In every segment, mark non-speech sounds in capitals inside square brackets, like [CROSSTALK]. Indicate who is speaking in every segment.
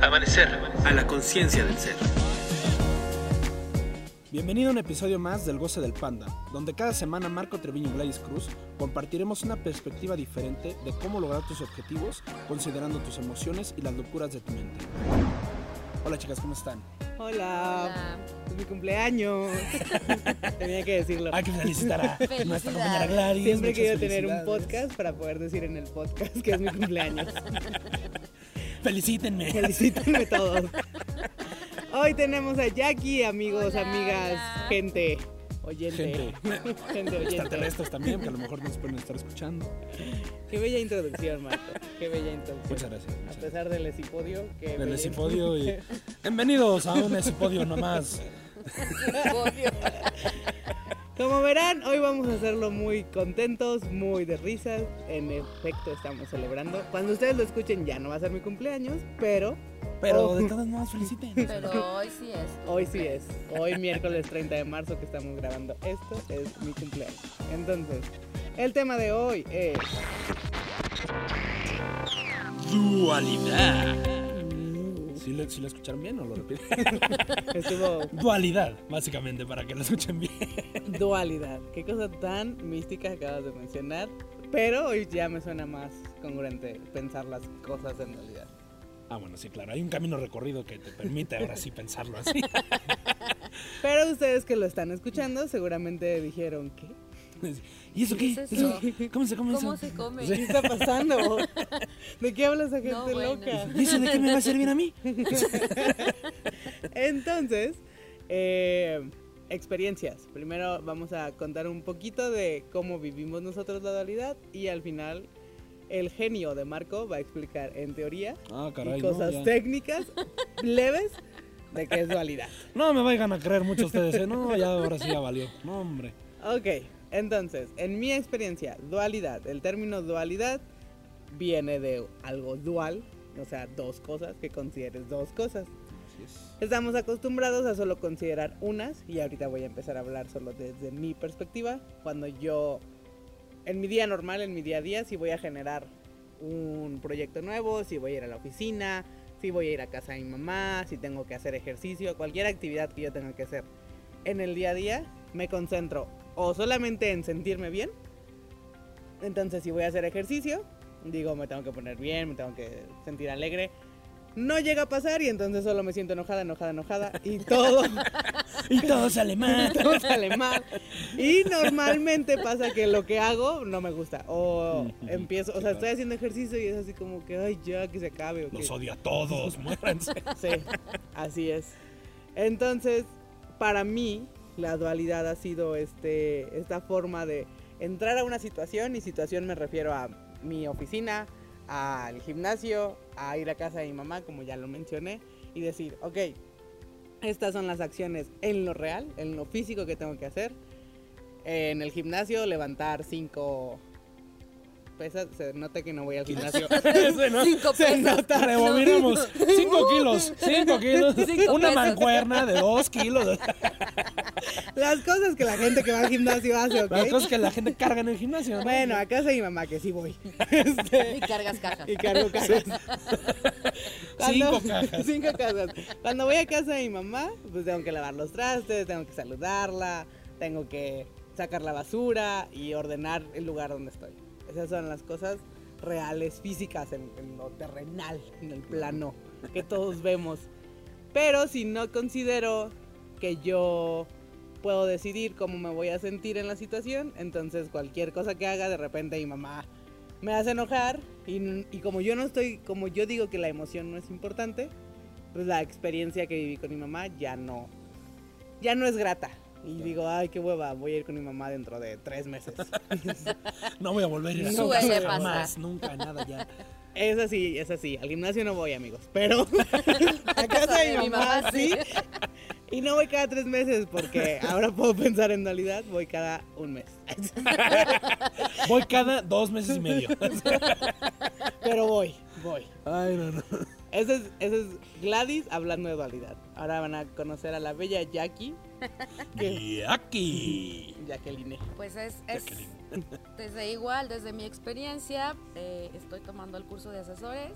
Speaker 1: Amanecer a la conciencia del ser.
Speaker 2: Bienvenido a un episodio más del Goce del Panda, donde cada semana Marco Treviño y Gladys Cruz compartiremos una perspectiva diferente de cómo lograr tus objetivos considerando tus emociones y las locuras de tu mente. Hola chicas, ¿cómo están?
Speaker 3: Hola. Es mi cumpleaños. Tenía que decirlo.
Speaker 2: Hay que Ah, felicitar
Speaker 4: [LAUGHS]
Speaker 2: a nuestra
Speaker 4: Felicidades.
Speaker 2: compañera Gladys.
Speaker 3: Siempre he
Speaker 2: muchas
Speaker 3: querido tener un
Speaker 2: felicidades.
Speaker 3: podcast para poder decir en el podcast que es mi cumpleaños.
Speaker 2: Felicítenme.
Speaker 3: Felicítenme todos. Hoy tenemos a Jackie, amigos,
Speaker 4: Hola,
Speaker 3: amigas,
Speaker 4: hola.
Speaker 3: gente, oyente.
Speaker 2: Gente,
Speaker 3: Gente, oyente.
Speaker 2: extraterrestres también, que a lo mejor nos pueden estar escuchando.
Speaker 3: Qué bella introducción, Marco. Qué bella introducción.
Speaker 2: Muchas gracias.
Speaker 3: A
Speaker 2: muchas gracias.
Speaker 3: pesar del esipodio, que
Speaker 2: Del esipodio
Speaker 3: [LAUGHS]
Speaker 2: y. Bienvenidos a un esipodio nomás.
Speaker 3: Como verán, hoy vamos a hacerlo muy contentos, muy de risas. En efecto, estamos celebrando. Cuando ustedes lo escuchen, ya no va a ser mi cumpleaños, pero
Speaker 2: Pero de todas maneras, feliciten.
Speaker 4: Pero hoy sí es.
Speaker 3: Hoy sí es. Hoy miércoles 30 de marzo que estamos grabando esto es mi cumpleaños. Entonces, el tema de hoy es
Speaker 2: Dualidad. ¿Sí lo, sí lo escucharon bien o lo repito? [LAUGHS]
Speaker 3: estuvo
Speaker 2: Dualidad, básicamente, para que lo escuchen bien.
Speaker 3: dualidad. Qué cosa tan mística acabas de mencionar, pero hoy ya me suena más congruente pensar las cosas en realidad.
Speaker 2: Ah, bueno, sí, claro. Hay un camino recorrido que te permite ahora sí pensarlo así. [LAUGHS]
Speaker 3: Pero ustedes que lo están escuchando seguramente dijeron ¿qué?
Speaker 2: ¿Y eso qué?
Speaker 4: ¿Qué es eso?
Speaker 2: ¿Eso? ¿Cómo se come
Speaker 4: ¿Cómo
Speaker 2: eso?
Speaker 4: se come?
Speaker 3: ¿Qué está
Speaker 4: [LAUGHS]
Speaker 3: pasando? ¿De qué hablas a gente
Speaker 4: No, bueno.
Speaker 3: loca?
Speaker 2: ¿Y eso de qué me va a servir a mí?
Speaker 3: Entonces, eh, experiencias. Primero vamos a contar un poquito de cómo vivimos nosotros la dualidad y al final el genio de Marco va a explicar en teoría
Speaker 2: Ah,
Speaker 3: y
Speaker 2: caray. no,
Speaker 3: cosas
Speaker 2: ya. [LAUGHS]
Speaker 3: técnicas leves de qué es dualidad.
Speaker 2: No me vayan a creer mucho ustedes, ¿eh? No, ya ahora sí ya valió. No, hombre.
Speaker 3: Ok, entonces, en mi experiencia, dualidad, el término dualidad viene de algo dual, o sea, dos cosas, que consideres dos cosas. Estamos acostumbrados a solo considerar unas y ahorita voy a empezar a hablar solo desde mi perspectiva. Cuando yo, en mi día normal, en mi día a día, si voy a generar un proyecto nuevo, si voy a ir a la oficina, si voy a ir a casa de mi mamá, si tengo que hacer ejercicio, cualquier actividad que yo tenga que hacer en el día a día, me concentro o solamente en sentirme bien. Entonces si voy a hacer ejercicio, digo, me tengo que poner bien, me tengo que sentir alegre. No llega a pasar y entonces solo me siento enojada, enojada, enojada y todo, [LAUGHS]
Speaker 2: Y todo sale mal.
Speaker 3: todo sale mal. Y normalmente pasa que lo que hago no me gusta o
Speaker 2: Ujú,
Speaker 3: empiezo, o
Speaker 2: sí,
Speaker 3: sea,
Speaker 2: claro.
Speaker 3: estoy haciendo ejercicio y es así como que, ay, ya, que se acabe. o que-
Speaker 2: Los odio a todos, muéranse. [LAUGHS]
Speaker 3: Sí, así es. Entonces, para mí, la dualidad ha sido este, esta forma de entrar a una situación, y situación me refiero a mi oficina, al gimnasio, a ir a casa de mi mamá, como ya lo mencioné, y decir, ok, estas son las acciones en lo real, en lo físico que tengo que hacer. En el gimnasio, levantar cinco pesas. Se nota que no voy
Speaker 2: [LAUGHS]
Speaker 3: al gimnasio.
Speaker 2: Se no-
Speaker 4: Cinco
Speaker 2: se
Speaker 4: pesos.
Speaker 2: nota, rebobinamos. 5 kilos, 5 kilos.
Speaker 4: Cinco
Speaker 2: Una
Speaker 4: pesos.
Speaker 2: mancuerna de 2 kilos.
Speaker 3: Las cosas que la gente que va al gimnasio hace, ¿ok?
Speaker 2: Las cosas que la gente carga en el gimnasio. ¿no?
Speaker 3: Bueno, a casa de mi mamá, que sí voy.
Speaker 4: [LAUGHS] Y cargas cajas.
Speaker 3: Y cargo cajas.
Speaker 2: Cinco cajas.
Speaker 3: [LAUGHS] Cinco cajas. Cuando voy a casa de mi mamá, pues tengo que lavar los trastes, tengo que saludarla, tengo que sacar la basura y ordenar el lugar donde estoy. Esas son las cosas reales, físicas, en, en lo terrenal, en el plano, que todos vemos. Pero si no considero que yo puedo decidir cómo me voy a sentir en la situación, entonces cualquier cosa que haga, de repente mi mamá me hace enojar y, n- y como yo no estoy, como yo digo que la emoción no es importante, pues la experiencia que viví con mi mamá ya no, ya no es grata. Y digo, ay, qué hueva, voy a ir con mi mamá dentro de tres meses. [LAUGHS]
Speaker 2: No voy a volver a ir a su
Speaker 4: Suele
Speaker 2: casa
Speaker 4: pasar.
Speaker 2: jamás, nunca, nada ya.
Speaker 3: es así, es así. Al gimnasio no voy, amigos, pero [LAUGHS] a casa de mi mamá sí. Y no voy cada tres meses porque ahora puedo pensar en dualidad, voy cada un mes.
Speaker 2: Voy cada dos meses y medio.
Speaker 3: Pero voy, voy.
Speaker 2: [LAUGHS] Ay, no, no.
Speaker 3: Ese es, ese es Gladys hablando de dualidad. Ahora van a conocer a la bella Jackie,
Speaker 2: Y aquí.
Speaker 3: Jacqueline.
Speaker 4: Pues es, es
Speaker 2: Jacqueline.
Speaker 4: Desde igual, desde mi experiencia, eh, estoy tomando el curso de asesores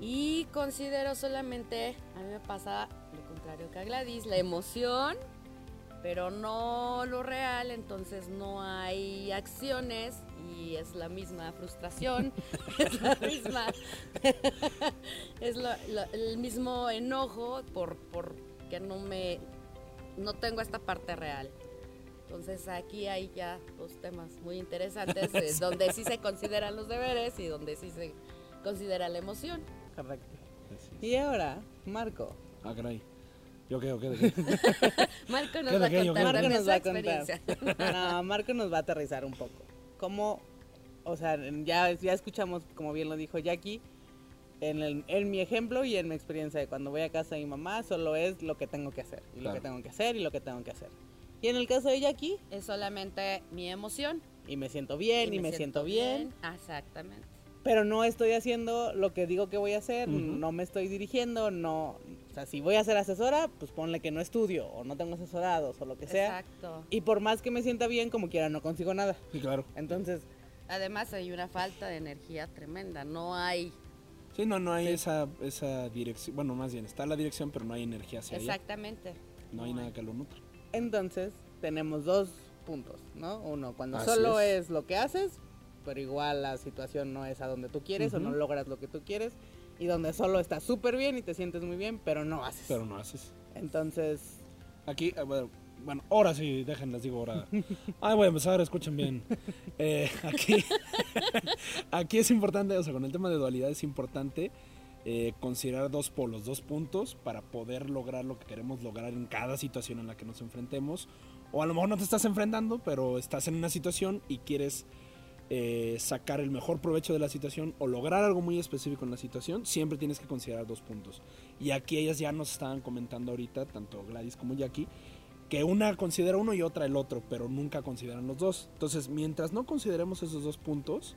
Speaker 4: y considero solamente, a mí me pasa lo contrario que a Gladys, la emoción, pero no lo real, entonces no hay acciones y es la misma frustración, [LAUGHS] es la misma, [LAUGHS] es lo- lo- el mismo enojo por, por que no me, no tengo esta parte real. Entonces aquí hay ya dos temas muy interesantes, eh, donde sí se consideran los deberes y donde sí se considera la emoción.
Speaker 3: Correcto. Y ahora, Marco.
Speaker 2: Ah, caray. ¿Yo qué? ¿Yo qué? [LAUGHS] ¿De qué?
Speaker 4: Marco nos
Speaker 2: Claro
Speaker 4: va a
Speaker 2: que yo
Speaker 4: contar
Speaker 2: creo.
Speaker 3: Marco
Speaker 4: también
Speaker 3: nos
Speaker 4: su
Speaker 3: va a contar.
Speaker 4: experiencia. [LAUGHS]
Speaker 3: [LAUGHS] No, Marco nos va a aterrizar un poco. ¿Cómo? O sea, ya, ya escuchamos, como bien lo dijo Jackie, en, el- en mi ejemplo y en mi experiencia de cuando voy a casa de mi mamá, solo es lo que tengo que hacer, y lo que
Speaker 2: Claro.
Speaker 3: tengo que hacer, y lo que tengo que hacer. Y en el caso de Jackie,
Speaker 4: Es solamente mi emoción.
Speaker 3: y me siento bien, y, me, siento, bien,
Speaker 4: Exactamente.
Speaker 3: pero no estoy haciendo lo que digo que voy a hacer,
Speaker 2: Ujú.
Speaker 3: no me estoy dirigiendo, no... O sea, si voy a ser asesora, pues ponle que no estudio, o no tengo asesorados, o lo que sea.
Speaker 4: Exacto.
Speaker 3: Y por más que me sienta bien, como quiera, no consigo nada.
Speaker 2: Sí, claro.
Speaker 3: Entonces,
Speaker 4: Además hay una falta de energía tremenda. No hay
Speaker 2: Sí, no, no hay esa, esa dirección. Bueno, más bien, está la dirección, pero no hay energía hacia ella.
Speaker 4: exactamente.
Speaker 2: No hay nada que lo nutra.
Speaker 3: Entonces, tenemos dos puntos, ¿no? Uno, cuando
Speaker 2: Así
Speaker 3: solo es.
Speaker 2: es.
Speaker 3: lo que haces, pero igual la situación no es a donde tú quieres o no
Speaker 2: Ujú.
Speaker 3: logras lo que tú quieres, y donde solo estás súper bien y te sientes muy bien, pero no haces.
Speaker 2: Pero no haces.
Speaker 3: Entonces,
Speaker 2: Aquí, ah, bueno, bueno, ahora sí, déjenles, digo ahora. Ay, voy a empezar, escuchen bien. Eh, aquí, [LAUGHS] aquí es importante, o sea, con el tema de dualidad es importante eh, considerar dos polos, dos puntos para poder lograr lo que queremos lograr en cada situación en la que nos enfrentemos. O a lo mejor no te estás enfrentando, pero estás en una situación y quieres eh, sacar el mejor provecho de la situación o lograr algo muy específico en la situación, siempre tienes que considerar dos puntos. Y aquí ellas ya nos estaban comentando ahorita, tanto Gladys como Jackie, que una considera uno y otra el otro, pero nunca consideran los dos. Entonces, mientras no consideremos esos dos puntos,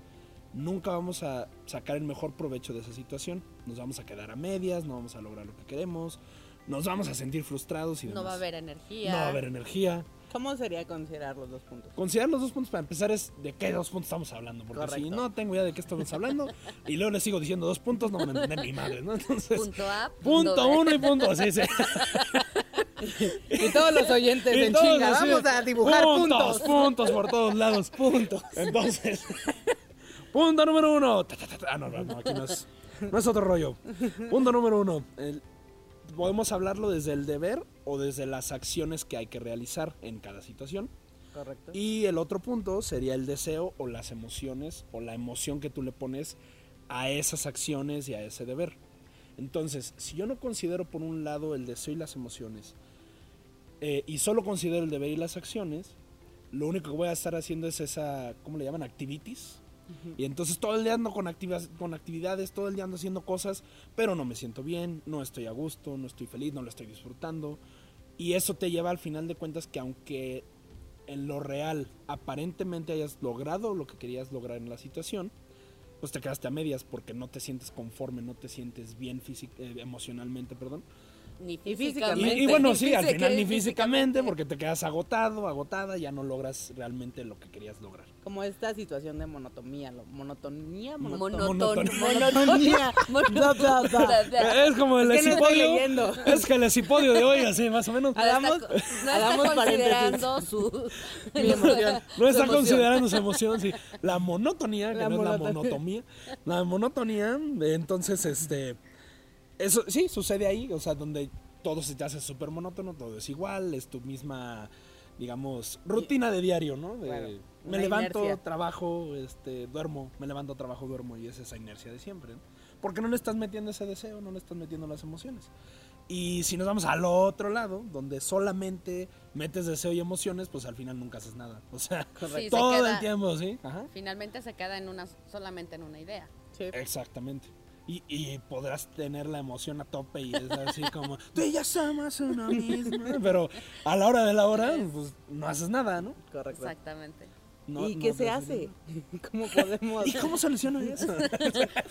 Speaker 2: nunca vamos a sacar el mejor provecho de esa situación. Nos vamos a quedar a medias, no vamos a lograr lo que queremos, nos vamos a sentir frustrados y
Speaker 4: No va a
Speaker 2: demás.
Speaker 4: haber energía.
Speaker 2: No va a haber energía.
Speaker 3: ¿cómo sería considerar los dos puntos?
Speaker 2: Considerar los dos puntos para empezar es de qué dos puntos estamos hablando. Porque si
Speaker 3: Correcto.
Speaker 2: no tengo idea de qué estamos
Speaker 3: [LAUGHS]
Speaker 2: hablando y luego le sigo diciendo dos puntos, no van a entender ni madre, ¿no? Entonces, punto,
Speaker 4: Punto A. B.
Speaker 2: uno y punto.
Speaker 3: [LAUGHS]
Speaker 2: Sí, sí.
Speaker 3: Y
Speaker 2: [LAUGHS]
Speaker 3: todos los oyentes
Speaker 2: Y
Speaker 3: en
Speaker 2: todos
Speaker 3: chinga,
Speaker 2: así de,
Speaker 3: vamos a dibujar
Speaker 2: puntos.
Speaker 3: puntos.
Speaker 2: Puntos por todos
Speaker 3: [LAUGHS]
Speaker 2: lados. Puntos. Entonces, [LAUGHS] punto número uno. Ta, ta, ta, ta. Ah, no, no, no, aquí no es, no es otro rollo. Punto número uno. El- podemos hablarlo desde el deber o desde las acciones que hay que realizar en cada situación.
Speaker 3: Correcto.
Speaker 2: Y el otro punto sería el deseo o las emociones o la emoción que tú le pones a esas acciones y a ese deber. Entonces, si yo no considero por un lado el deseo y las emociones eh, y solo considero el deber y las acciones, lo único que voy a estar haciendo es esa, ¿cómo le llaman? Activities. Y entonces todo el día ando con, activas- con actividades, todo el día ando haciendo cosas, pero no me siento bien, no estoy a gusto, no estoy feliz, no lo estoy disfrutando. Y eso te lleva al final de cuentas que aunque en lo real aparentemente hayas logrado lo que querías lograr en la situación, pues te quedaste a medias porque no te sientes conforme, no te sientes bien físic- eh, emocionalmente, perdón.
Speaker 4: Ni
Speaker 3: Y
Speaker 2: Y,
Speaker 4: físicamente.
Speaker 2: y bueno,
Speaker 4: [LAUGHS]
Speaker 2: sí, al
Speaker 4: Física-
Speaker 2: final ni físicamente porque te quedas agotado, agotada, ya no logras realmente lo que querías lograr.
Speaker 3: Como esta situación de monotonía, lo, monotonía, monotonía.
Speaker 4: Monotón. [LAUGHS]
Speaker 3: Monotonía. Da, da, da.
Speaker 2: Eh, Es como el
Speaker 3: Es que no estoy
Speaker 2: esipodio.
Speaker 3: leyendo.
Speaker 2: Es que el esipodio de hoy, así más o menos.
Speaker 3: A la- Hagamos-
Speaker 4: no
Speaker 3: [LAUGHS]
Speaker 4: está,
Speaker 3: hagamos
Speaker 4: considerando su,
Speaker 3: Mi emoción.
Speaker 2: No está
Speaker 4: su emoción.
Speaker 2: considerando su emoción, sí. La monotonía, que
Speaker 3: La
Speaker 2: no es la
Speaker 3: monotonía.
Speaker 2: monotomía. La monotonía, eh, entonces, este. Eso sí, sucede ahí, o sea, donde todo se te hace súper monótono, todo es igual, es tu misma, digamos, rutina de diario, ¿no? De,
Speaker 3: Claro, una
Speaker 2: me levanto,
Speaker 3: inercia.
Speaker 2: trabajo, este, duermo, me levanto, trabajo, duermo, y es esa inercia de siempre, ¿no? Porque no le estás metiendo ese deseo, no le estás metiendo las emociones. Y si nos vamos al otro lado, donde solamente metes deseo y emociones, pues al final nunca haces nada. O sea,
Speaker 4: Sí, se
Speaker 2: todo
Speaker 4: queda-
Speaker 2: el tiempo, ¿sí? Ajá.
Speaker 4: Finalmente se queda en una, solamente en una idea.
Speaker 3: Sí.
Speaker 2: Exactamente. Y, y podrás tener la emoción a tope y es así como, [LAUGHS] tú y ya somos uno mismo. [LAUGHS] Pero a la hora de la hora, pues no haces nada, ¿no?
Speaker 3: Correcto.
Speaker 4: Exactamente.
Speaker 2: No-
Speaker 3: ¿Y
Speaker 2: no
Speaker 3: qué se
Speaker 2: haces
Speaker 3: hace?
Speaker 2: nada.
Speaker 3: [LAUGHS] ¿Cómo podemos?
Speaker 2: ¿Y cómo soluciono
Speaker 3: [LAUGHS]
Speaker 2: eso?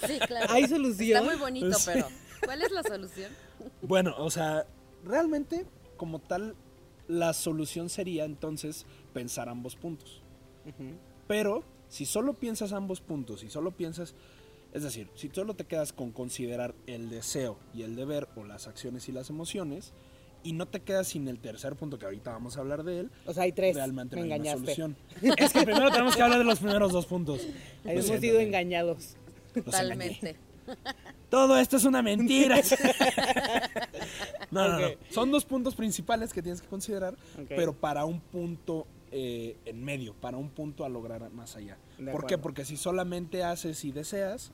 Speaker 4: Sí, claro.
Speaker 3: ¿Hay solución?
Speaker 4: Está muy bonito,
Speaker 2: Sí.
Speaker 4: pero ¿cuál es la solución?
Speaker 2: Bueno, o sea, realmente como tal, la solución sería entonces pensar ambos puntos.
Speaker 3: Ujú.
Speaker 2: Pero si solo piensas ambos puntos, si solo piensas, es decir, si solo te quedas con considerar el deseo y el deber o las acciones y las emociones, y no te quedas sin el tercer punto que ahorita vamos a hablar de él,
Speaker 3: O sea, hay tres.
Speaker 2: realmente
Speaker 3: me
Speaker 2: no hay una
Speaker 3: engañaste.
Speaker 2: solución. Es que primero tenemos que hablar de los primeros dos
Speaker 3: [LAUGHS]
Speaker 2: puntos. Lo
Speaker 3: Hemos
Speaker 2: siento,
Speaker 3: sido
Speaker 2: Dani,
Speaker 3: engañados.
Speaker 2: los engañé.
Speaker 4: Totalmente.
Speaker 2: Todo esto es una mentira.
Speaker 3: [LAUGHS]
Speaker 2: no, no, no.
Speaker 3: Ok.
Speaker 2: Son dos puntos principales que tienes que considerar,
Speaker 3: Ok.
Speaker 2: pero para un punto eh, en medio, para un punto a lograr más allá.
Speaker 3: De
Speaker 2: ¿Por qué?
Speaker 3: acuerdo.
Speaker 2: Porque si solamente haces y deseas,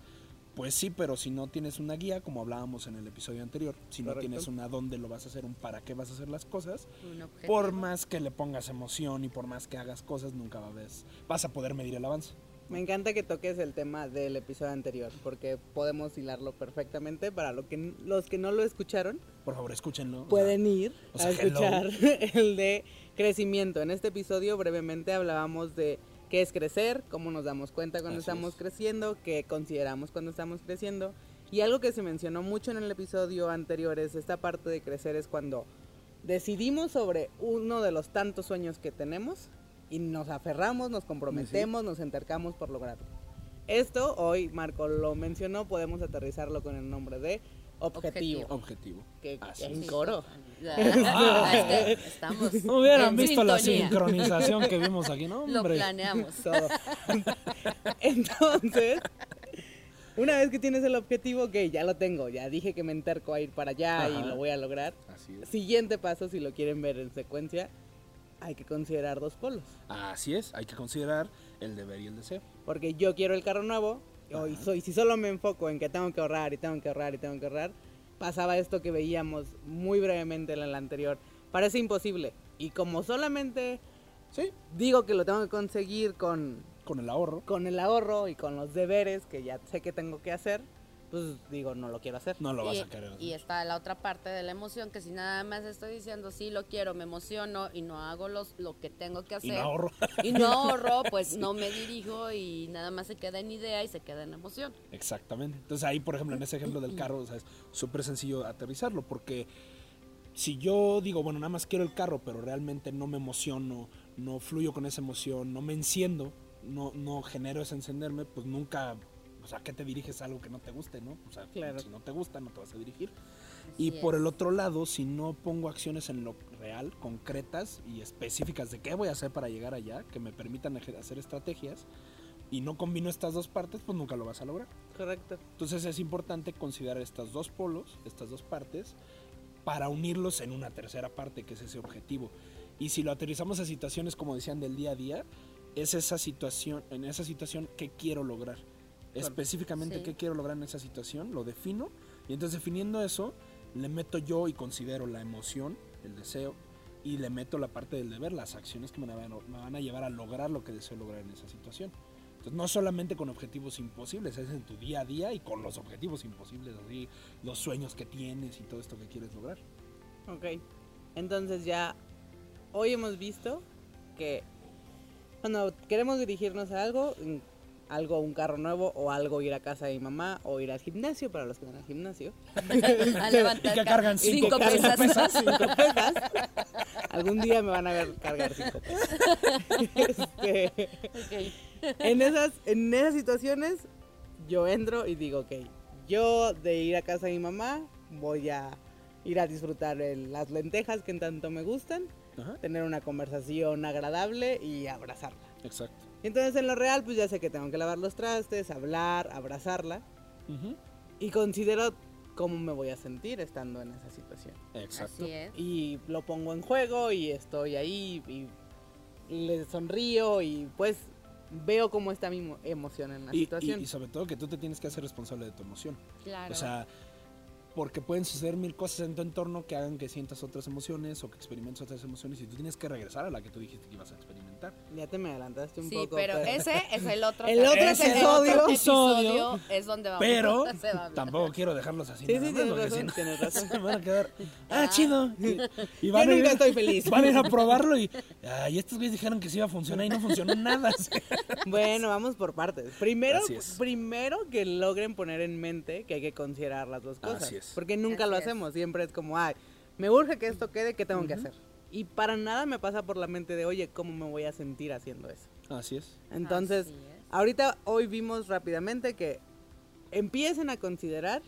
Speaker 2: pues sí, pero si no tienes una guía, como hablábamos en el episodio anterior, si no
Speaker 3: Correcto.
Speaker 2: tienes una dónde lo vas a hacer, un para qué vas a hacer las cosas,
Speaker 4: Un objetivo.
Speaker 2: por más que le pongas emoción y por más que hagas cosas, nunca va a ves- vas a poder medir el avance.
Speaker 3: Me encanta que toques el tema del episodio anterior, porque podemos hilarlo perfectamente. Para lo que, los que no lo escucharon,
Speaker 2: Por favor, escúchenlo. o sea,
Speaker 3: pueden ir
Speaker 2: o sea,
Speaker 3: a
Speaker 2: hello.
Speaker 3: escuchar [LAUGHS] el de crecimiento. En este episodio brevemente hablábamos de qué es crecer, cómo nos damos cuenta cuando
Speaker 2: Así
Speaker 3: estamos
Speaker 2: es.
Speaker 3: creciendo, qué consideramos cuando estamos creciendo. Y algo que se mencionó mucho en el episodio anterior es esta parte de crecer es cuando decidimos sobre uno de los tantos sueños que tenemos y nos aferramos, nos comprometemos, nos entercamos por lograrlo. Esto hoy Marco lo mencionó, podemos aterrizarlo con el nombre de objetivo.
Speaker 4: Objetivo.
Speaker 2: objetivo.
Speaker 3: Que,
Speaker 2: Así
Speaker 3: en
Speaker 4: Sí.
Speaker 3: coro.
Speaker 4: Ya, ya, es
Speaker 3: [LAUGHS]
Speaker 4: que estamos.
Speaker 2: No hubieran
Speaker 4: en
Speaker 2: visto la
Speaker 4: sintonía.
Speaker 2: sincronización que vimos aquí, ¿no?
Speaker 4: Lo
Speaker 2: Hombre.
Speaker 4: planeamos.
Speaker 3: todo. Entonces, una vez que tienes el objetivo, ok, ya lo tengo, ya dije que me enterco a ir para allá
Speaker 2: Ajá.
Speaker 3: y lo voy a lograr.
Speaker 2: Así es.
Speaker 3: Siguiente paso, si lo quieren ver en secuencia, hay que considerar dos polos.
Speaker 2: Así es, hay que considerar el deber y el deseo.
Speaker 3: Porque yo quiero el carro nuevo, o- y,
Speaker 2: Ajá.
Speaker 3: soy, si solo me enfoco en que tengo que ahorrar y tengo que ahorrar y tengo que ahorrar, pasaba esto que veíamos muy brevemente en el anterior. Parece imposible. Y como solamente
Speaker 2: Sí,
Speaker 3: digo que lo tengo que conseguir con
Speaker 2: con el ahorro.
Speaker 3: con el ahorro y con los deberes que ya sé que tengo que hacer, pues digo, no [LAUGHS] lo quiero hacer.
Speaker 2: No lo vas
Speaker 4: Y,
Speaker 2: a querer.
Speaker 4: y está la otra parte de la emoción, que si nada más estoy diciendo, sí, lo quiero, me emociono y no hago los, lo que tengo que
Speaker 2: Y
Speaker 4: hacer.
Speaker 2: no ahorro.
Speaker 4: y no ahorro, pues no me dirijo y nada más se queda en idea y se queda en emoción.
Speaker 2: Exactamente. Entonces ahí, por ejemplo, en ese ejemplo del carro, o sea, es súper sencillo aterrizarlo porque si yo digo, bueno, nada más quiero el carro, pero realmente no me emociono, no fluyo con esa emoción, no me enciendo, no, no genero ese encenderme, pues nunca, o sea, ¿qué te diriges a algo que no te guste, no? O sea,
Speaker 3: Claro.
Speaker 2: si no te gusta, no te vas a dirigir. Y
Speaker 4: Así
Speaker 2: por
Speaker 4: es.
Speaker 2: el otro lado, si no pongo acciones en lo real, concretas y específicas de qué voy a hacer para llegar allá, que me permitan eje- hacer estrategias, y no combino estas dos partes, pues nunca lo vas a lograr.
Speaker 3: Correcto.
Speaker 2: Entonces es importante considerar estos dos polos, estas dos partes, para unirlos en una tercera parte, que es ese objetivo. Y si lo aterrizamos a situaciones, como decían, del día a día, es esa situación, en esa situación, ¿qué quiero lograr? Específicamente,
Speaker 4: Sí.
Speaker 2: ¿qué quiero lograr en esa situación? Lo defino. Y entonces definiendo eso, le meto yo y considero la emoción, el deseo, y le meto la parte del deber, las acciones que me van a, me van a llevar a lograr lo que deseo lograr en esa situación. Entonces, no solamente con objetivos imposibles, es en tu día a día y con los objetivos imposibles, así, los sueños que tienes y todo esto que quieres lograr.
Speaker 3: Ok. Entonces ya hoy hemos visto que cuando queremos dirigirnos a algo, mm, algo un carro nuevo o algo ir a casa de mi mamá o ir al gimnasio para los que van al gimnasio,
Speaker 4: A levantar
Speaker 2: Y que
Speaker 4: ca-
Speaker 2: cargan [LAUGHS] cinco
Speaker 4: cinco
Speaker 2: cargas
Speaker 4: pesas.
Speaker 3: cinco pesas. Algún día me van a ver cargar cinco pesas. Este,
Speaker 4: Ok.
Speaker 3: en esas, en esas situaciones, yo entro y digo, ok, yo de ir a casa de mi mamá, voy a ir a disfrutar el- las lentejas que tanto me gustan,
Speaker 2: Ajá,
Speaker 3: tener una conversación agradable y abrazarla.
Speaker 2: exacto.
Speaker 3: Y entonces en lo real, pues ya sé que tengo que lavar los trastes, hablar, abrazarla
Speaker 2: Ujú,
Speaker 3: y considero cómo me voy a sentir estando en esa situación.
Speaker 2: Exacto.
Speaker 4: Así es.
Speaker 3: Y lo pongo en juego y estoy ahí y le sonrío y pues veo cómo está mi mo- emoción en la
Speaker 2: Y,
Speaker 3: situación.
Speaker 2: y- y sobre todo que tú te tienes que hacer responsable de tu emoción.
Speaker 4: Claro.
Speaker 2: O sea, porque pueden suceder mil cosas en tu entorno que hagan que sientas otras emociones o que experimentes otras emociones y tú tienes que regresar a la que tú dijiste que ibas a experimentar.
Speaker 3: Ya te me adelantaste un
Speaker 4: sí,
Speaker 3: poco.
Speaker 4: pero ese es el otro
Speaker 3: El otro
Speaker 4: Ese es el
Speaker 3: episodio.
Speaker 4: otro episodio es donde vamos
Speaker 2: Pero
Speaker 4: [LAUGHS] se va a hablar.
Speaker 2: tampoco quiero dejarlos así.
Speaker 3: [LAUGHS] Sí,
Speaker 2: nada
Speaker 3: sí,
Speaker 2: más,
Speaker 3: tienes
Speaker 2: porque
Speaker 3: razón,
Speaker 2: si no-
Speaker 3: tienes razón.
Speaker 2: se van a quedar. Ah, chido. [LAUGHS] Y, [LAUGHS] y [LAUGHS]
Speaker 3: Yo
Speaker 2: van a ir-
Speaker 3: nunca estoy feliz.
Speaker 2: Van a ir a probarlo y. Ay, estos güeyes dijeron que sí iba a funcionar y no funcionó nada.
Speaker 3: Bueno, vamos por partes. Primero,
Speaker 2: Así es.
Speaker 3: primero que logren poner en mente que hay que considerar las dos cosas.
Speaker 2: Así es.
Speaker 3: Porque nunca
Speaker 4: Así
Speaker 3: lo
Speaker 4: es.
Speaker 3: hacemos. Siempre es como, ay, me urge que esto quede, ¿qué tengo que hacer? Y para nada me pasa por la mente de, oye, ¿cómo me voy a sentir haciendo eso?
Speaker 2: [LAUGHS] Así es.
Speaker 3: Entonces,
Speaker 4: Así es.
Speaker 3: ahorita hoy vimos rápidamente que empiecen a considerar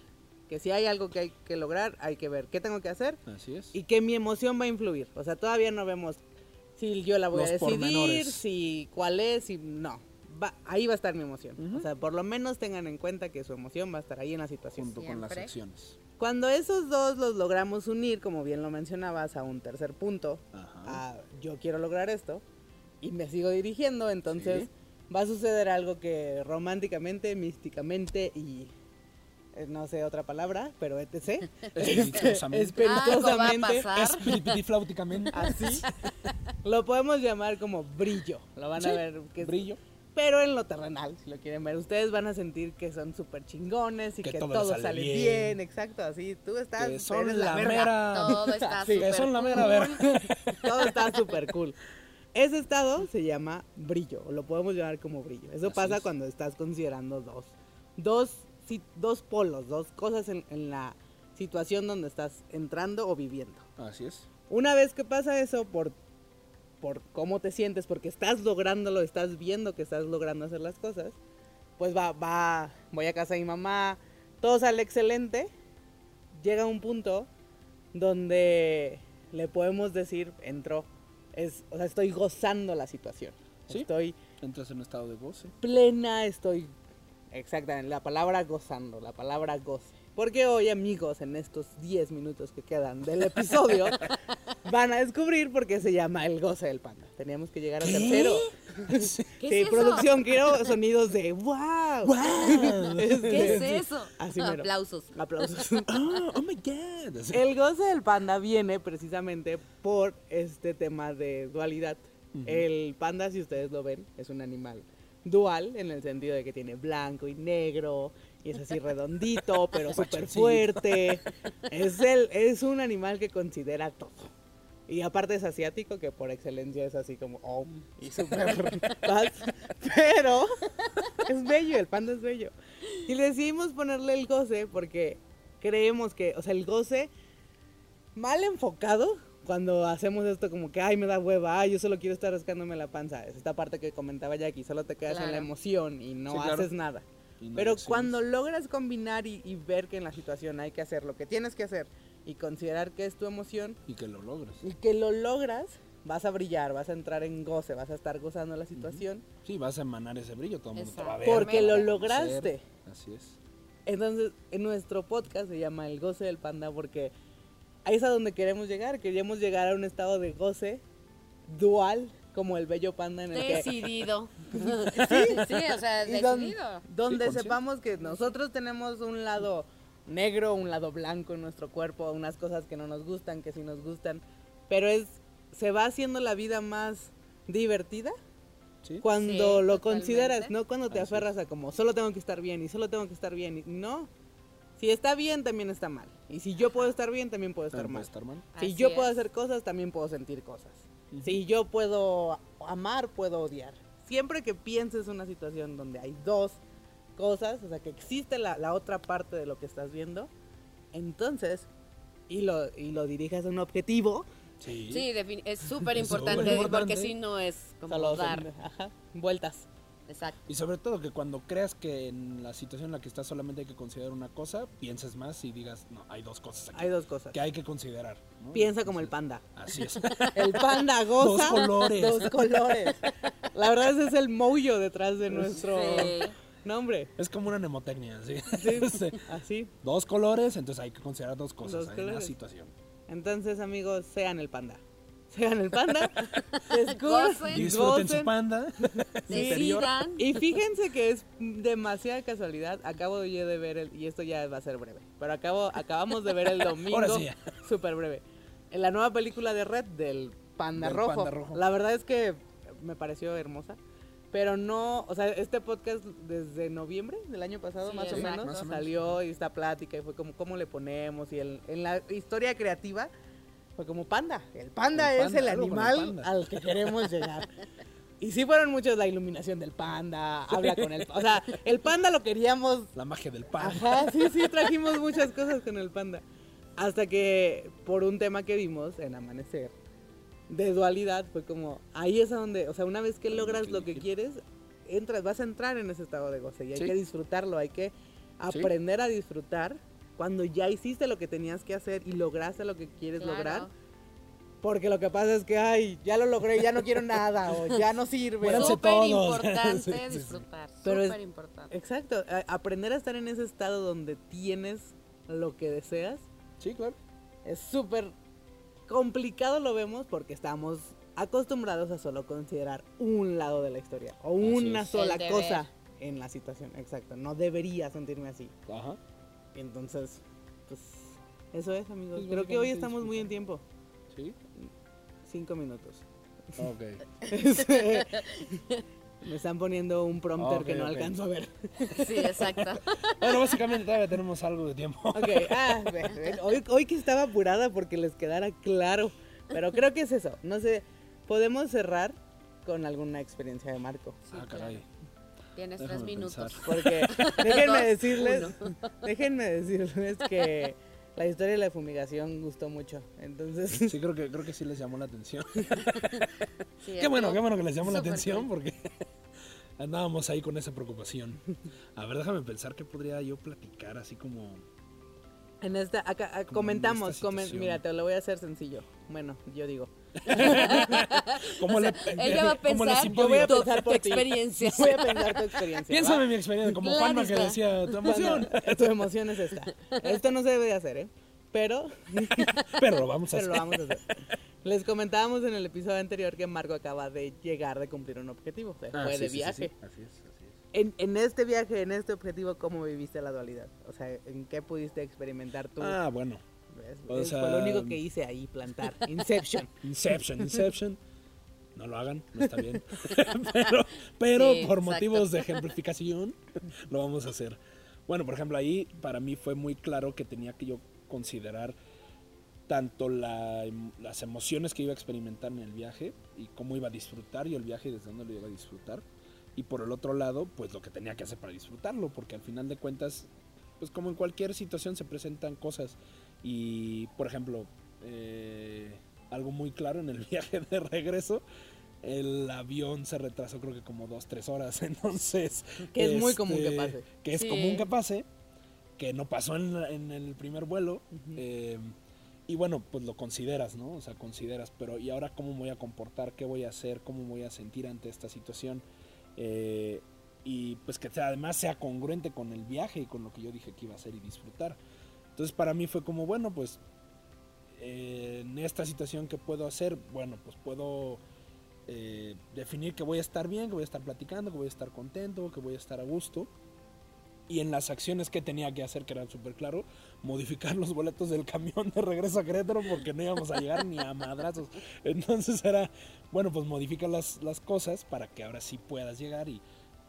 Speaker 3: que si hay algo que hay que lograr, hay que ver qué tengo que hacer
Speaker 2: Así es.
Speaker 3: y que mi emoción va a influir. O sea, todavía no vemos si yo la voy a
Speaker 2: Los
Speaker 3: decidir,
Speaker 2: pormenores.
Speaker 3: si cuál es, si no. Va- ahí va a estar mi emoción. O
Speaker 2: Ujú.
Speaker 3: sea, por lo menos tengan en cuenta que su emoción va a estar ahí en la situación.
Speaker 2: junto con las
Speaker 4: Siempre.
Speaker 2: acciones.
Speaker 3: Cuando esos dos los logramos unir, como bien lo mencionabas, a un tercer punto,
Speaker 2: Ajá.
Speaker 3: a yo quiero lograr esto y me sigo dirigiendo, entonces va a suceder algo que románticamente, místicamente y eh, no sé otra palabra, pero etc.
Speaker 2: Espirituosamente.
Speaker 4: Algo va a
Speaker 3: espirituosamente,
Speaker 4: pasar.
Speaker 2: Espiritifláuticamente.
Speaker 3: así [LAUGHS] lo podemos llamar como brillo. Lo van
Speaker 2: Sí,
Speaker 3: a ver que es-
Speaker 2: Brillo.
Speaker 3: pero en lo terrenal, si lo quieren ver, ustedes van a sentir que son súper chingones y que,
Speaker 2: Que
Speaker 3: todo,
Speaker 2: todo
Speaker 3: sale,
Speaker 2: sale
Speaker 3: bien.
Speaker 2: bien.
Speaker 3: exacto, así tú estás
Speaker 2: Que son
Speaker 3: eres
Speaker 2: la
Speaker 3: verga.
Speaker 2: mera.
Speaker 4: Todo
Speaker 2: [LAUGHS]
Speaker 4: está
Speaker 3: Sí,
Speaker 2: Que
Speaker 4: súper
Speaker 2: son la mera
Speaker 4: cool.
Speaker 2: verga.
Speaker 3: [LAUGHS] Todo está súper cool. Ese estado se llama brillo, o lo podemos llamar como brillo. Eso
Speaker 2: Así
Speaker 3: pasa
Speaker 2: es.
Speaker 3: cuando estás considerando dos, dos, si- dos polos, dos cosas en, en la situación donde estás entrando o viviendo.
Speaker 2: Así es.
Speaker 3: Una vez que pasa eso, por, por cómo te sientes, porque estás lográndolo, estás viendo que estás logrando hacer las cosas, pues va, va, voy a casa de mi mamá, todo sale excelente, llega un punto donde le podemos decir, entró, es, o sea, estoy gozando la situación,
Speaker 2: Sí.
Speaker 3: estoy
Speaker 2: Entras en un estado de goce.
Speaker 3: plena, estoy... Exactamente, la palabra gozando, la palabra goce. Porque hoy, amigos, en estos 10 minutos que quedan del episodio,
Speaker 4: [LAUGHS]
Speaker 3: van a descubrir por qué se llama el goce del panda. Teníamos que llegar al tercero.
Speaker 4: ¿Qué
Speaker 3: sí,
Speaker 4: es eso?
Speaker 3: producción, quiero sonidos de wow.
Speaker 4: [LAUGHS]
Speaker 3: [LAUGHS]
Speaker 4: ¿Qué es eso?
Speaker 3: Así mero.
Speaker 4: Aplausos.
Speaker 3: Aplausos.
Speaker 2: Ah, oh my god. [LAUGHS] Así.
Speaker 3: El goce del panda viene precisamente por este tema de dualidad.
Speaker 2: Ujú.
Speaker 3: El panda, si ustedes lo ven, es un animal dual en el sentido de que tiene blanco y negro y es así redondito, pero súper
Speaker 2: Pachoncito.
Speaker 3: fuerte. Es, el, es un animal que considera todo. Y aparte es asiático, que por excelencia es así como, oh, y súper [LAUGHS] paz. Pero es bello, el panda es bello. Y decidimos ponerle el goce porque creemos que, o sea, el goce mal enfocado cuando hacemos esto como que, ay, me da hueva, ay, yo solo quiero estar rascándome la panza. Es esta parte que comentaba Jackie, solo te quedas en la
Speaker 4: Claro.
Speaker 3: emoción y no
Speaker 2: Sí, claro.
Speaker 3: haces nada.
Speaker 2: Y no
Speaker 3: Pero
Speaker 2: reaccionas.
Speaker 3: cuando logras combinar y, y ver que en la situación hay que hacer lo que tienes que hacer y considerar que es tu emoción
Speaker 2: Y que lo logras.
Speaker 3: y que lo logras, vas a brillar, vas a entrar en goce, vas a estar gozando la situación
Speaker 2: Sí, vas a emanar ese brillo. Todo el mundo te va a ver.
Speaker 4: Exacto.
Speaker 3: porque lo
Speaker 4: Verme.
Speaker 3: lograste.
Speaker 2: Así es.
Speaker 3: Entonces, en nuestro podcast se llama El goce del panda porque ahí es a donde queremos llegar. Queríamos llegar a un estado de goce dual, como el bello panda en el que...
Speaker 4: Decidido. Sí, sí, o sea,
Speaker 3: y don-
Speaker 4: decidido.
Speaker 3: donde
Speaker 2: consciente.
Speaker 3: sepamos que nosotros tenemos un lado negro, un lado blanco en nuestro cuerpo, unas cosas que no nos gustan, que sí nos gustan, pero es se va haciendo la vida más divertida
Speaker 2: Sí.
Speaker 3: cuando
Speaker 4: Sí,
Speaker 3: lo
Speaker 4: totalmente.
Speaker 3: consideras, no cuando te
Speaker 2: Así es.
Speaker 3: aferras a como solo tengo que estar bien y solo tengo que estar bien. y- No. Si está bien, también está mal. Y si yo puedo estar bien, también puedo estar
Speaker 2: También puede
Speaker 3: mal.
Speaker 2: estar mal.
Speaker 3: Si
Speaker 4: Así
Speaker 3: yo puedo
Speaker 4: es.
Speaker 3: hacer cosas, también puedo sentir cosas. Si yo puedo amar, puedo odiar. Siempre que pienses una situación donde hay dos cosas, o sea, que existe la, la otra parte de lo que estás viendo, entonces, y lo, y lo dirijas a un objetivo,
Speaker 2: Sí.
Speaker 4: Sí, defini- es súper
Speaker 2: Es súper
Speaker 4: importante porque
Speaker 2: importante.
Speaker 4: si no es como
Speaker 3: solo son-
Speaker 4: dar.
Speaker 3: ajá, vueltas.
Speaker 4: Exacto.
Speaker 2: Y sobre todo que cuando creas que en la situación en la que estás solamente hay que considerar una cosa, pienses más y digas, no, hay dos cosas aquí
Speaker 3: Hay dos cosas.
Speaker 2: que hay que considerar. ¿no?
Speaker 3: Piensa como el
Speaker 2: Entonces,
Speaker 3: panda.
Speaker 2: Así es. [LAUGHS]
Speaker 3: El panda goza.
Speaker 2: Dos colores.
Speaker 3: Dos colores. La verdad ese es el mollo detrás de nuestro
Speaker 4: Sí.
Speaker 3: nombre.
Speaker 2: Es como una mnemotecnia, ¿sí? [LAUGHS]
Speaker 3: Sí,
Speaker 2: Sí.
Speaker 3: así.
Speaker 2: Dos colores, entonces hay que considerar dos
Speaker 3: Dos
Speaker 2: cosas en la
Speaker 3: colores.
Speaker 2: situación.
Speaker 3: Entonces, amigos, sean el panda. Sean el panda. Descubran,
Speaker 4: Gocen.
Speaker 2: Disfruten su
Speaker 3: gocen.
Speaker 2: panda. Interior.
Speaker 4: Decidan.
Speaker 3: Y fíjense que es demasiada casualidad. Acabo yo de ver el, y esto ya va a ser breve, pero acabo, acabamos de ver el domingo,
Speaker 2: Ahora sí.
Speaker 3: [LAUGHS] súper breve, en la nueva película de Red del Panda,
Speaker 2: Del
Speaker 3: Rojo.
Speaker 2: Panda Rojo.
Speaker 3: La verdad es que me pareció hermosa, pero no, o sea, este podcast desde noviembre del año pasado
Speaker 4: Sí,
Speaker 3: más, o
Speaker 4: exacto.
Speaker 3: menos,
Speaker 2: Más o menos.
Speaker 3: salió y esta plática y fue como cómo le ponemos y el- en la historia creativa fue como panda. El panda
Speaker 2: El
Speaker 3: es
Speaker 2: panda,
Speaker 3: el
Speaker 2: algo con el
Speaker 3: animal
Speaker 2: panda.
Speaker 3: al que queremos llegar. Y sí fueron muchos la iluminación del panda, habla con el O sea, el panda lo queríamos.
Speaker 2: La magia del panda.
Speaker 3: Ajá, sí, sí, trajimos muchas cosas con el panda. Hasta que por un tema que vimos en Amanecer, de dualidad fue como, ahí es a donde, o sea, una vez que logras lo que quieres, entras, vas a entrar en ese estado de goce y hay
Speaker 5: Sí.
Speaker 3: que disfrutarlo, hay que aprender a disfrutar cuando ya hiciste lo que tenías que hacer y lograste lo que quieres
Speaker 4: Claro.
Speaker 3: lograr. Porque lo que pasa es que, ay, ya lo logré, ya no quiero nada, o ya no sirve.
Speaker 5: Fueran Muéranse
Speaker 4: Súper
Speaker 5: todos.
Speaker 4: importante
Speaker 5: Sí, sí, sí.
Speaker 4: disfrutar.
Speaker 3: Pero es-
Speaker 4: Súper importante.
Speaker 3: Exacto, a- aprender a estar en ese estado donde tienes lo que deseas
Speaker 2: Sí, claro.
Speaker 3: es súper complicado lo vemos porque estamos acostumbrados a solo considerar un lado de la historia o una
Speaker 5: es.
Speaker 3: sola
Speaker 4: El deber.
Speaker 3: cosa en la situación. Exacto, no debería sentirme así.
Speaker 2: Ajá.
Speaker 3: Entonces, pues eso es, amigos.
Speaker 2: Pues
Speaker 3: Creo que hoy
Speaker 2: básicamente
Speaker 3: estamos muy en tiempo.
Speaker 2: Sí.
Speaker 3: Cinco minutos.
Speaker 2: Ok.
Speaker 3: Me están poniendo un prompter
Speaker 2: Ok,
Speaker 3: que no
Speaker 2: ok.
Speaker 3: alcanzo a ver.
Speaker 4: Sí, exacto.
Speaker 2: Bueno, básicamente todavía tenemos algo de tiempo.
Speaker 3: Ok, ah, ve, ve, [LAUGHS] hoy, hoy que estaba apurada porque les quedara claro. Pero creo que es eso. No sé, podemos cerrar con alguna experiencia de Marco.
Speaker 4: Sí,
Speaker 2: Ah,
Speaker 4: claro. Tienes tres
Speaker 2: Déjame
Speaker 4: minutos.
Speaker 3: [LAUGHS] Porque déjenme
Speaker 4: Dos,
Speaker 3: decirles, [LAUGHS] déjenme decirles que la historia de la fumigación gustó mucho. Entonces, [LAUGHS]
Speaker 2: Sí, creo que, creo que sí les llamó la atención.
Speaker 4: Sí,
Speaker 2: Qué bueno,
Speaker 4: estuvo
Speaker 2: qué bueno que les llamó la
Speaker 4: súper
Speaker 2: atención
Speaker 4: cool.
Speaker 2: porque [LAUGHS] andábamos ahí con esa preocupación. A ver, déjame pensar qué podría yo platicar así como...
Speaker 3: en esta acá
Speaker 2: Como
Speaker 3: ah,
Speaker 2: en
Speaker 3: comentamos,
Speaker 2: esta
Speaker 3: comen-
Speaker 2: situación.
Speaker 3: mira, te lo voy a hacer sencillo. Bueno, yo digo. [LAUGHS]
Speaker 2: como la-
Speaker 4: Ella va
Speaker 2: [LAUGHS]
Speaker 4: a
Speaker 2: como la
Speaker 4: pensar
Speaker 2: simple-
Speaker 3: yo voy a
Speaker 4: tu-
Speaker 3: pensar por
Speaker 4: tu
Speaker 3: ti.
Speaker 4: experiencia. [LAUGHS]
Speaker 3: Voy a pensar tu experiencia.
Speaker 2: Piénsame mi experiencia, como
Speaker 4: Claro
Speaker 2: Juanma que
Speaker 4: está.
Speaker 2: decía,
Speaker 3: [LAUGHS]
Speaker 2: tu
Speaker 3: ¿va?
Speaker 2: emoción.
Speaker 3: Bueno, tu emoción es esta. Esto no se debe de hacer, ¿eh? Pero
Speaker 2: [LAUGHS] Pero lo vamos a
Speaker 3: Pero
Speaker 2: hacer.
Speaker 3: lo vamos a hacer. Les comentábamos en el episodio anterior que Marco acaba de llegar de cumplir un objetivo. Se
Speaker 2: Ah,
Speaker 3: fue
Speaker 2: sí,
Speaker 3: de
Speaker 2: sí, sí,
Speaker 3: viaje.
Speaker 2: sí, Así es, así es.
Speaker 3: En, en este viaje, en este objetivo, ¿cómo viviste la dualidad? O sea, ¿en qué pudiste experimentar tú?
Speaker 2: Ah, bueno.
Speaker 3: Es-
Speaker 2: o
Speaker 3: es-
Speaker 2: sea,
Speaker 3: fue lo único que hice ahí,
Speaker 2: [LAUGHS]
Speaker 3: plantar. Inception.
Speaker 4: [LAUGHS]
Speaker 2: Inception, Inception. No lo hagan, no está bien. pero pero
Speaker 4: Sí,
Speaker 2: por
Speaker 4: exacto.
Speaker 2: motivos de ejemplificación, lo vamos a hacer. Bueno, por ejemplo, ahí para mí fue muy claro que tenía que yo considerar tanto la em- las emociones que iba a experimentar en el viaje y cómo iba a disfrutar yo el viaje y desde dónde lo iba a disfrutar. Y por el otro lado, pues lo que tenía que hacer para disfrutarlo, porque al final de cuentas, pues como en cualquier situación se presentan cosas. Y, por ejemplo, eh, algo muy claro en el [LAUGHS] viaje de regreso, el avión se retrasó creo que como dos, tres horas. [LAUGHS] Entonces...
Speaker 3: Que es muy común que
Speaker 2: este,
Speaker 3: pase.
Speaker 2: Que es
Speaker 4: Sí.
Speaker 2: común que pase, que no pasó en, la- en el primer vuelo.
Speaker 3: Ujú.
Speaker 2: eh, y bueno, pues lo consideras, ¿no? O sea, consideras, pero ¿y ahora cómo me voy a comportar? ¿Qué voy a hacer? ¿Cómo me voy a sentir ante esta situación? Eh, y pues que sea- además sea congruente con el viaje y con lo que yo dije que iba a hacer y disfrutar. Entonces para mí fue como, bueno, pues eh, en esta situación que puedo hacer, bueno, pues puedo eh, definir que voy a estar bien, que voy a estar platicando, que voy a estar contento, que voy a estar a gusto. Y en las acciones que tenía que hacer, que eran súper claro, modificar los boletos del camión de regreso a Querétaro porque no íbamos a llegar ni a madrazos. Entonces era, bueno, pues modifica las, las cosas para que ahora sí puedas llegar y,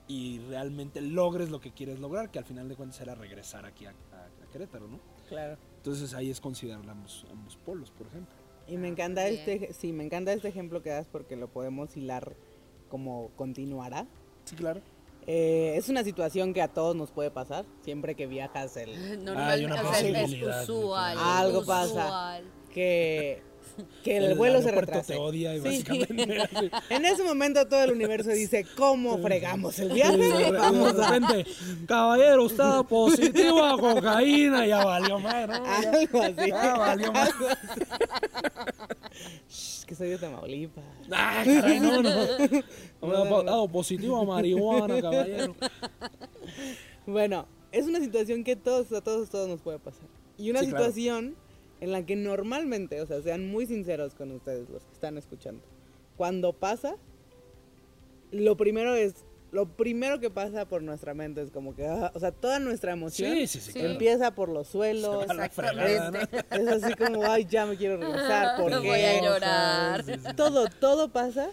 Speaker 2: y realmente logres lo que quieres lograr, que al final de cuentas era regresar aquí a, a- a Querétaro, ¿no?
Speaker 3: Claro.
Speaker 2: Entonces ahí es considerar ambos, ambos polos, por ejemplo.
Speaker 3: Y me
Speaker 4: Ah,
Speaker 3: encanta
Speaker 4: muy
Speaker 3: este, sí, me encanta este ejemplo que das porque lo podemos hilar como continuará.
Speaker 2: Sí, claro.
Speaker 3: Eh, es una situación que a todos nos puede pasar. Siempre que viajas el,
Speaker 2: Hay
Speaker 4: Normalmente,
Speaker 2: una
Speaker 4: o sea, es- es
Speaker 2: posibilidad,
Speaker 4: usual.
Speaker 3: claro. Algo pasa.
Speaker 4: usual.
Speaker 3: que, que el, vuelo se
Speaker 2: aeropuerto
Speaker 3: retrase.
Speaker 2: te odia y
Speaker 3: Sí. [LAUGHS]
Speaker 2: básicamente... así.
Speaker 3: En ese momento todo el universo dice, ¿cómo fregamos Pues
Speaker 2: Y
Speaker 3: el
Speaker 2: de,
Speaker 3: viaje?
Speaker 2: re-
Speaker 3: Vamos
Speaker 2: y de repente, caballero, estaba positivo a cocaína, ya valió madre, ¿no?
Speaker 3: a
Speaker 2: Ya-
Speaker 3: algo así.
Speaker 2: ya valió madre.
Speaker 3: Shh, que soy de Tamaulipas.
Speaker 2: Ah, caray,
Speaker 3: [LAUGHS]
Speaker 2: no, no. Hombre,
Speaker 3: no, no.
Speaker 2: dado positivo a marihuana, caballero.
Speaker 3: Bueno, es una situación que todos, a todos, todos nos puede pasar. Y una
Speaker 2: Sí, claro.
Speaker 3: situación en la que normalmente, o sea, sean muy sinceros con ustedes los que están escuchando. Cuando pasa, lo primero es, lo primero que pasa por nuestra mente es como que, ah, o sea, toda nuestra emoción
Speaker 2: Sí, sí, sí.
Speaker 4: Sí.
Speaker 2: claro.
Speaker 3: empieza por los suelos,
Speaker 2: A la fregada, ¿no?
Speaker 3: Es así como, ay, ya me quiero
Speaker 4: [LAUGHS]
Speaker 3: regresar. ¿por
Speaker 4: No
Speaker 3: qué?".
Speaker 4: voy a
Speaker 2: O
Speaker 4: llorar.
Speaker 2: sea, sí, sí.
Speaker 3: Todo, todo pasa.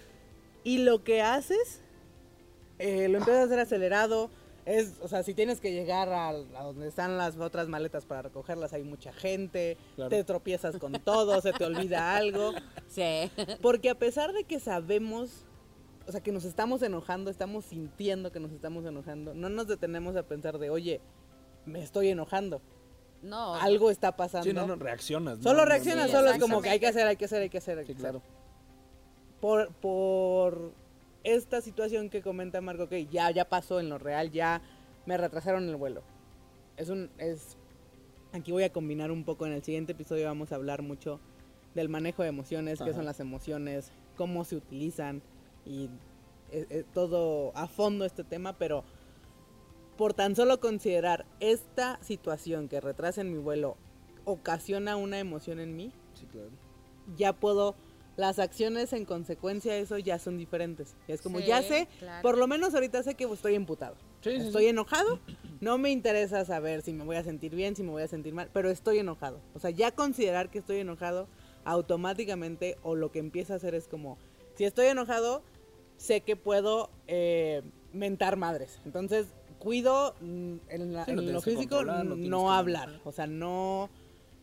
Speaker 3: Y lo que haces, eh, lo empiezas a hacer acelerado. Es, o sea, si tienes que llegar a, a donde están las otras maletas para recogerlas, hay mucha gente,
Speaker 2: Claro.
Speaker 3: te tropiezas con todo, se te olvida algo.
Speaker 4: Sí. [LAUGHS]
Speaker 3: Porque a pesar de que sabemos, o sea, que nos estamos enojando, estamos sintiendo que nos estamos enojando, no nos detenemos a pensar de, oye, me estoy enojando,
Speaker 4: No.
Speaker 3: algo está pasando.
Speaker 2: Sí, no, no, reaccionas. ¿no?
Speaker 3: Solo
Speaker 2: No, no,
Speaker 3: reaccionas,
Speaker 2: no,
Speaker 4: Sí,
Speaker 3: solo es
Speaker 2: exacto.
Speaker 3: como que hay que hacer, hay que hacer, hay que hacer. hay
Speaker 2: Sí,
Speaker 3: que hacer.
Speaker 2: claro.
Speaker 3: por, por esta situación que comenta Marco, que ya, ya pasó en lo real, ya me retrasaron el vuelo. Es un, es, aquí voy a combinar un poco, en el siguiente episodio vamos a hablar mucho del manejo de emociones, qué
Speaker 2: Ajá.
Speaker 3: son las emociones, cómo se utilizan y eh, eh, todo a fondo este tema, pero por tan solo considerar esta situación que retrasa en mi vuelo ocasiona una emoción en mí,
Speaker 2: Sí, claro.
Speaker 3: ya puedo, las acciones en consecuencia de eso ya son diferentes. Ya es como,
Speaker 4: Sí,
Speaker 3: ya sé,
Speaker 4: claro.
Speaker 3: por lo menos ahorita sé que estoy emputado.
Speaker 2: Sí, sí, sí.
Speaker 3: estoy enojado, no me interesa saber si me voy a sentir bien, si me voy a sentir mal, pero estoy enojado. O sea, ya considerar que estoy enojado automáticamente o lo que empieza a hacer es como, si estoy enojado, sé que puedo eh, mentar madres. Entonces, cuido mm, en, la-
Speaker 2: Sí, lo
Speaker 3: en lo
Speaker 2: tienes que
Speaker 3: físico
Speaker 2: controlar, lo tienes
Speaker 3: no
Speaker 2: que
Speaker 3: hablar,
Speaker 2: manejar.
Speaker 3: o sea, no,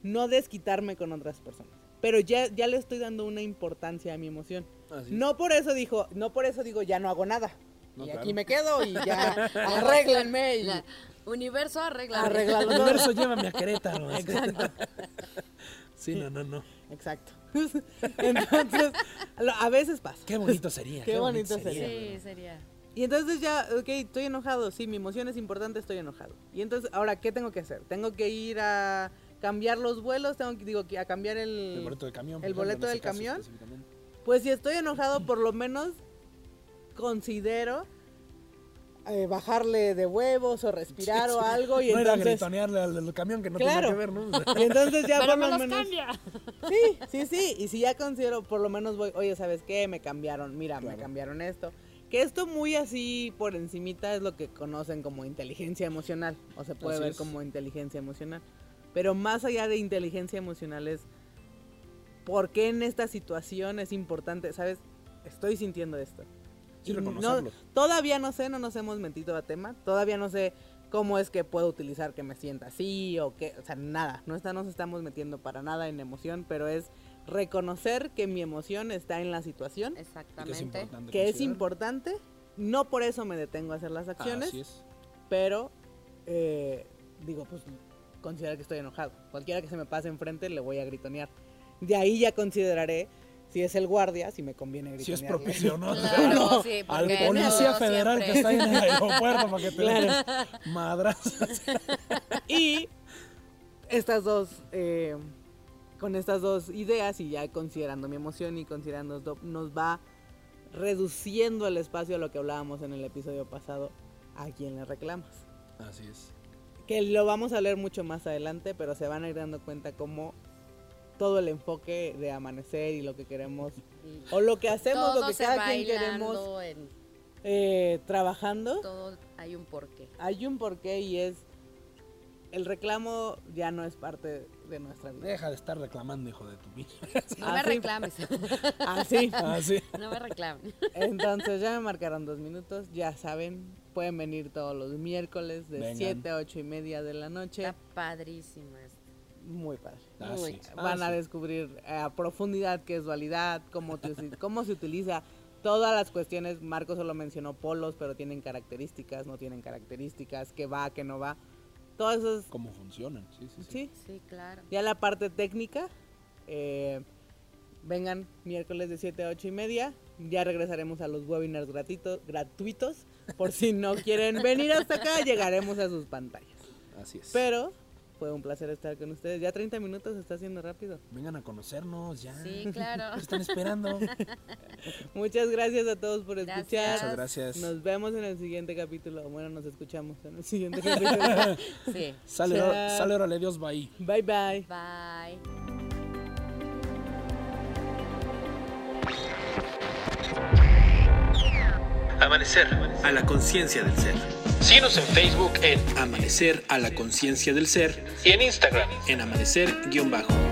Speaker 3: no desquitarme con otras personas. Pero ya, ya le estoy dando una importancia a mi emoción.
Speaker 2: Así es.
Speaker 3: No por eso dijo, no por eso digo ya no hago nada.
Speaker 2: No,
Speaker 3: y
Speaker 2: claro.
Speaker 3: aquí me quedo y
Speaker 5: [LAUGHS]
Speaker 3: ya arréglenme y
Speaker 4: La- universo arregla.
Speaker 3: arreglalo.
Speaker 5: El verso llévame a Querétaro.
Speaker 2: [LAUGHS]
Speaker 5: Sí, no, no, no.
Speaker 3: Exacto. [LAUGHS] Entonces, lo- a veces pasa.
Speaker 5: Qué bonito sería.
Speaker 3: Qué bonito sería.
Speaker 4: Sí, sería.
Speaker 3: Y entonces ya, ok, estoy enojado, sí, mi emoción es importante, estoy enojado. Y entonces, ahora, ¿qué tengo que hacer? Tengo que ir a cambiar los vuelos, tengo que, digo, que a cambiar
Speaker 2: El boleto del camión. por
Speaker 3: el
Speaker 2: ejemplo, en
Speaker 3: boleto
Speaker 2: ese
Speaker 3: del
Speaker 2: caso
Speaker 3: camión.
Speaker 2: específicamente.
Speaker 3: Pues si estoy enojado, por lo menos considero eh, bajarle de huevos o respirar o algo y
Speaker 5: No era
Speaker 3: entonces
Speaker 5: gritonearle al del camión que no
Speaker 3: Claro.
Speaker 5: tenía que ver, ¿no?
Speaker 3: y entonces ya
Speaker 4: Pero
Speaker 3: por
Speaker 4: me
Speaker 3: lo
Speaker 4: los
Speaker 3: menos
Speaker 4: cambia.
Speaker 3: sí sí sí y si ya considero por lo menos voy oye sabes qué me cambiaron mira me
Speaker 2: Claro.
Speaker 3: cambiaron esto que esto muy así por encimita es lo que conocen como inteligencia emocional o se puede
Speaker 2: Así
Speaker 3: ver
Speaker 2: es.
Speaker 3: como inteligencia emocional pero más allá de inteligencia emocional es por qué en esta situación es importante sabes estoy sintiendo esto
Speaker 2: [LAUGHS] Sí,
Speaker 3: Y
Speaker 2: reconocerlo.
Speaker 3: no- todavía no sé, no nos hemos metido a tema. Todavía no sé cómo es que puedo utilizar que me sienta así o qué. O sea, nada. No está, nos estamos metiendo para nada en emoción, pero es reconocer que mi emoción está en la situación,
Speaker 2: Y que es
Speaker 4: Exactamente.
Speaker 2: importante.
Speaker 3: que es
Speaker 2: considerar.
Speaker 3: importante. No por eso me detengo a hacer las
Speaker 2: Ah,
Speaker 3: acciones,
Speaker 2: así es.
Speaker 3: pero eh, digo, pues considera que estoy enojado. Cualquiera que se me pase enfrente le voy a gritonear. De ahí ya consideraré si es el guardia, si me conviene
Speaker 5: Si es
Speaker 3: gritonear.
Speaker 5: propicio, ¿no?
Speaker 4: Claro,
Speaker 5: No,
Speaker 4: sí,
Speaker 5: [LAUGHS] al
Speaker 4: porque
Speaker 5: policía
Speaker 4: no
Speaker 5: federal
Speaker 4: siempre.
Speaker 5: que está ahí en el aeropuerto para que te [LAUGHS] des madrazas.
Speaker 3: Y estas dos, eh, con estas dos ideas y ya considerando mi emoción y considerando esto, nos va reduciendo el espacio a lo que hablábamos en el episodio pasado, a quien le reclamas.
Speaker 2: Así es.
Speaker 3: Que lo vamos a leer mucho más adelante, pero se van a ir dando cuenta cómo todo el enfoque de amanecer y lo que queremos,
Speaker 4: Y
Speaker 3: o lo que hacemos,
Speaker 4: todo
Speaker 3: lo que
Speaker 4: se
Speaker 3: cada
Speaker 4: va
Speaker 3: quien queremos
Speaker 4: hilando en-
Speaker 3: eh, trabajando.
Speaker 4: todo hay un porqué.
Speaker 3: Hay un porqué y es, el reclamo ya no es parte de nuestra vida.
Speaker 5: Deja de estar reclamando, hijo de tu [LAUGHS] vida.
Speaker 4: No
Speaker 3: Ah,
Speaker 4: me
Speaker 3: sí.
Speaker 4: reclames. [LAUGHS]
Speaker 3: Así.
Speaker 5: Así.
Speaker 4: No me reclames.
Speaker 3: Ah, Entonces ya me marcaron dos minutos, ya saben, pueden venir todos los miércoles de
Speaker 2: Vengan.
Speaker 3: 7 a 8 y media de la noche.
Speaker 4: Está padrísimo esto.
Speaker 3: Muy padre.
Speaker 2: Ah,
Speaker 4: Muy
Speaker 2: sí.
Speaker 4: cabrón.
Speaker 2: Ah,
Speaker 3: Van a
Speaker 2: sí.
Speaker 3: descubrir eh, a profundidad qué es dualidad, cómo, te usi- cómo se utiliza todas las cuestiones. Marco solo mencionó polos, pero tienen características, no tienen características, qué va, qué no va. Todas esas...
Speaker 2: Cómo funcionan. Sí, sí, sí.
Speaker 3: Sí,
Speaker 4: Sí, claro.
Speaker 3: ya la parte técnica. eh, vengan miércoles de 7 a 8 y media. Ya regresaremos a los webinars gratuito- gratuitos. Por si no quieren venir hasta acá, llegaremos a sus pantallas.
Speaker 2: Así es.
Speaker 3: Pero fue un placer estar con ustedes. Ya 30 minutos se está haciendo rápido.
Speaker 5: Vengan a conocernos ya.
Speaker 4: Sí, claro.
Speaker 2: [LAUGHS]
Speaker 5: ¿Qué están esperando?
Speaker 3: Muchas gracias a todos por
Speaker 4: Gracias.
Speaker 3: escuchar.
Speaker 2: Muchas gracias.
Speaker 3: Nos vemos en el siguiente capítulo. Bueno, nos escuchamos en el siguiente capítulo.
Speaker 4: Sí.
Speaker 5: Sale,
Speaker 3: Chao.
Speaker 5: sale, órale, Dios, bye.
Speaker 3: bye bye.
Speaker 4: Bye.
Speaker 1: Amanecer a la conciencia del ser.
Speaker 6: Síguenos en Facebook en,
Speaker 1: Amanecer a la conciencia del ser
Speaker 6: y en Instagram.
Speaker 1: en amanecer-bajo.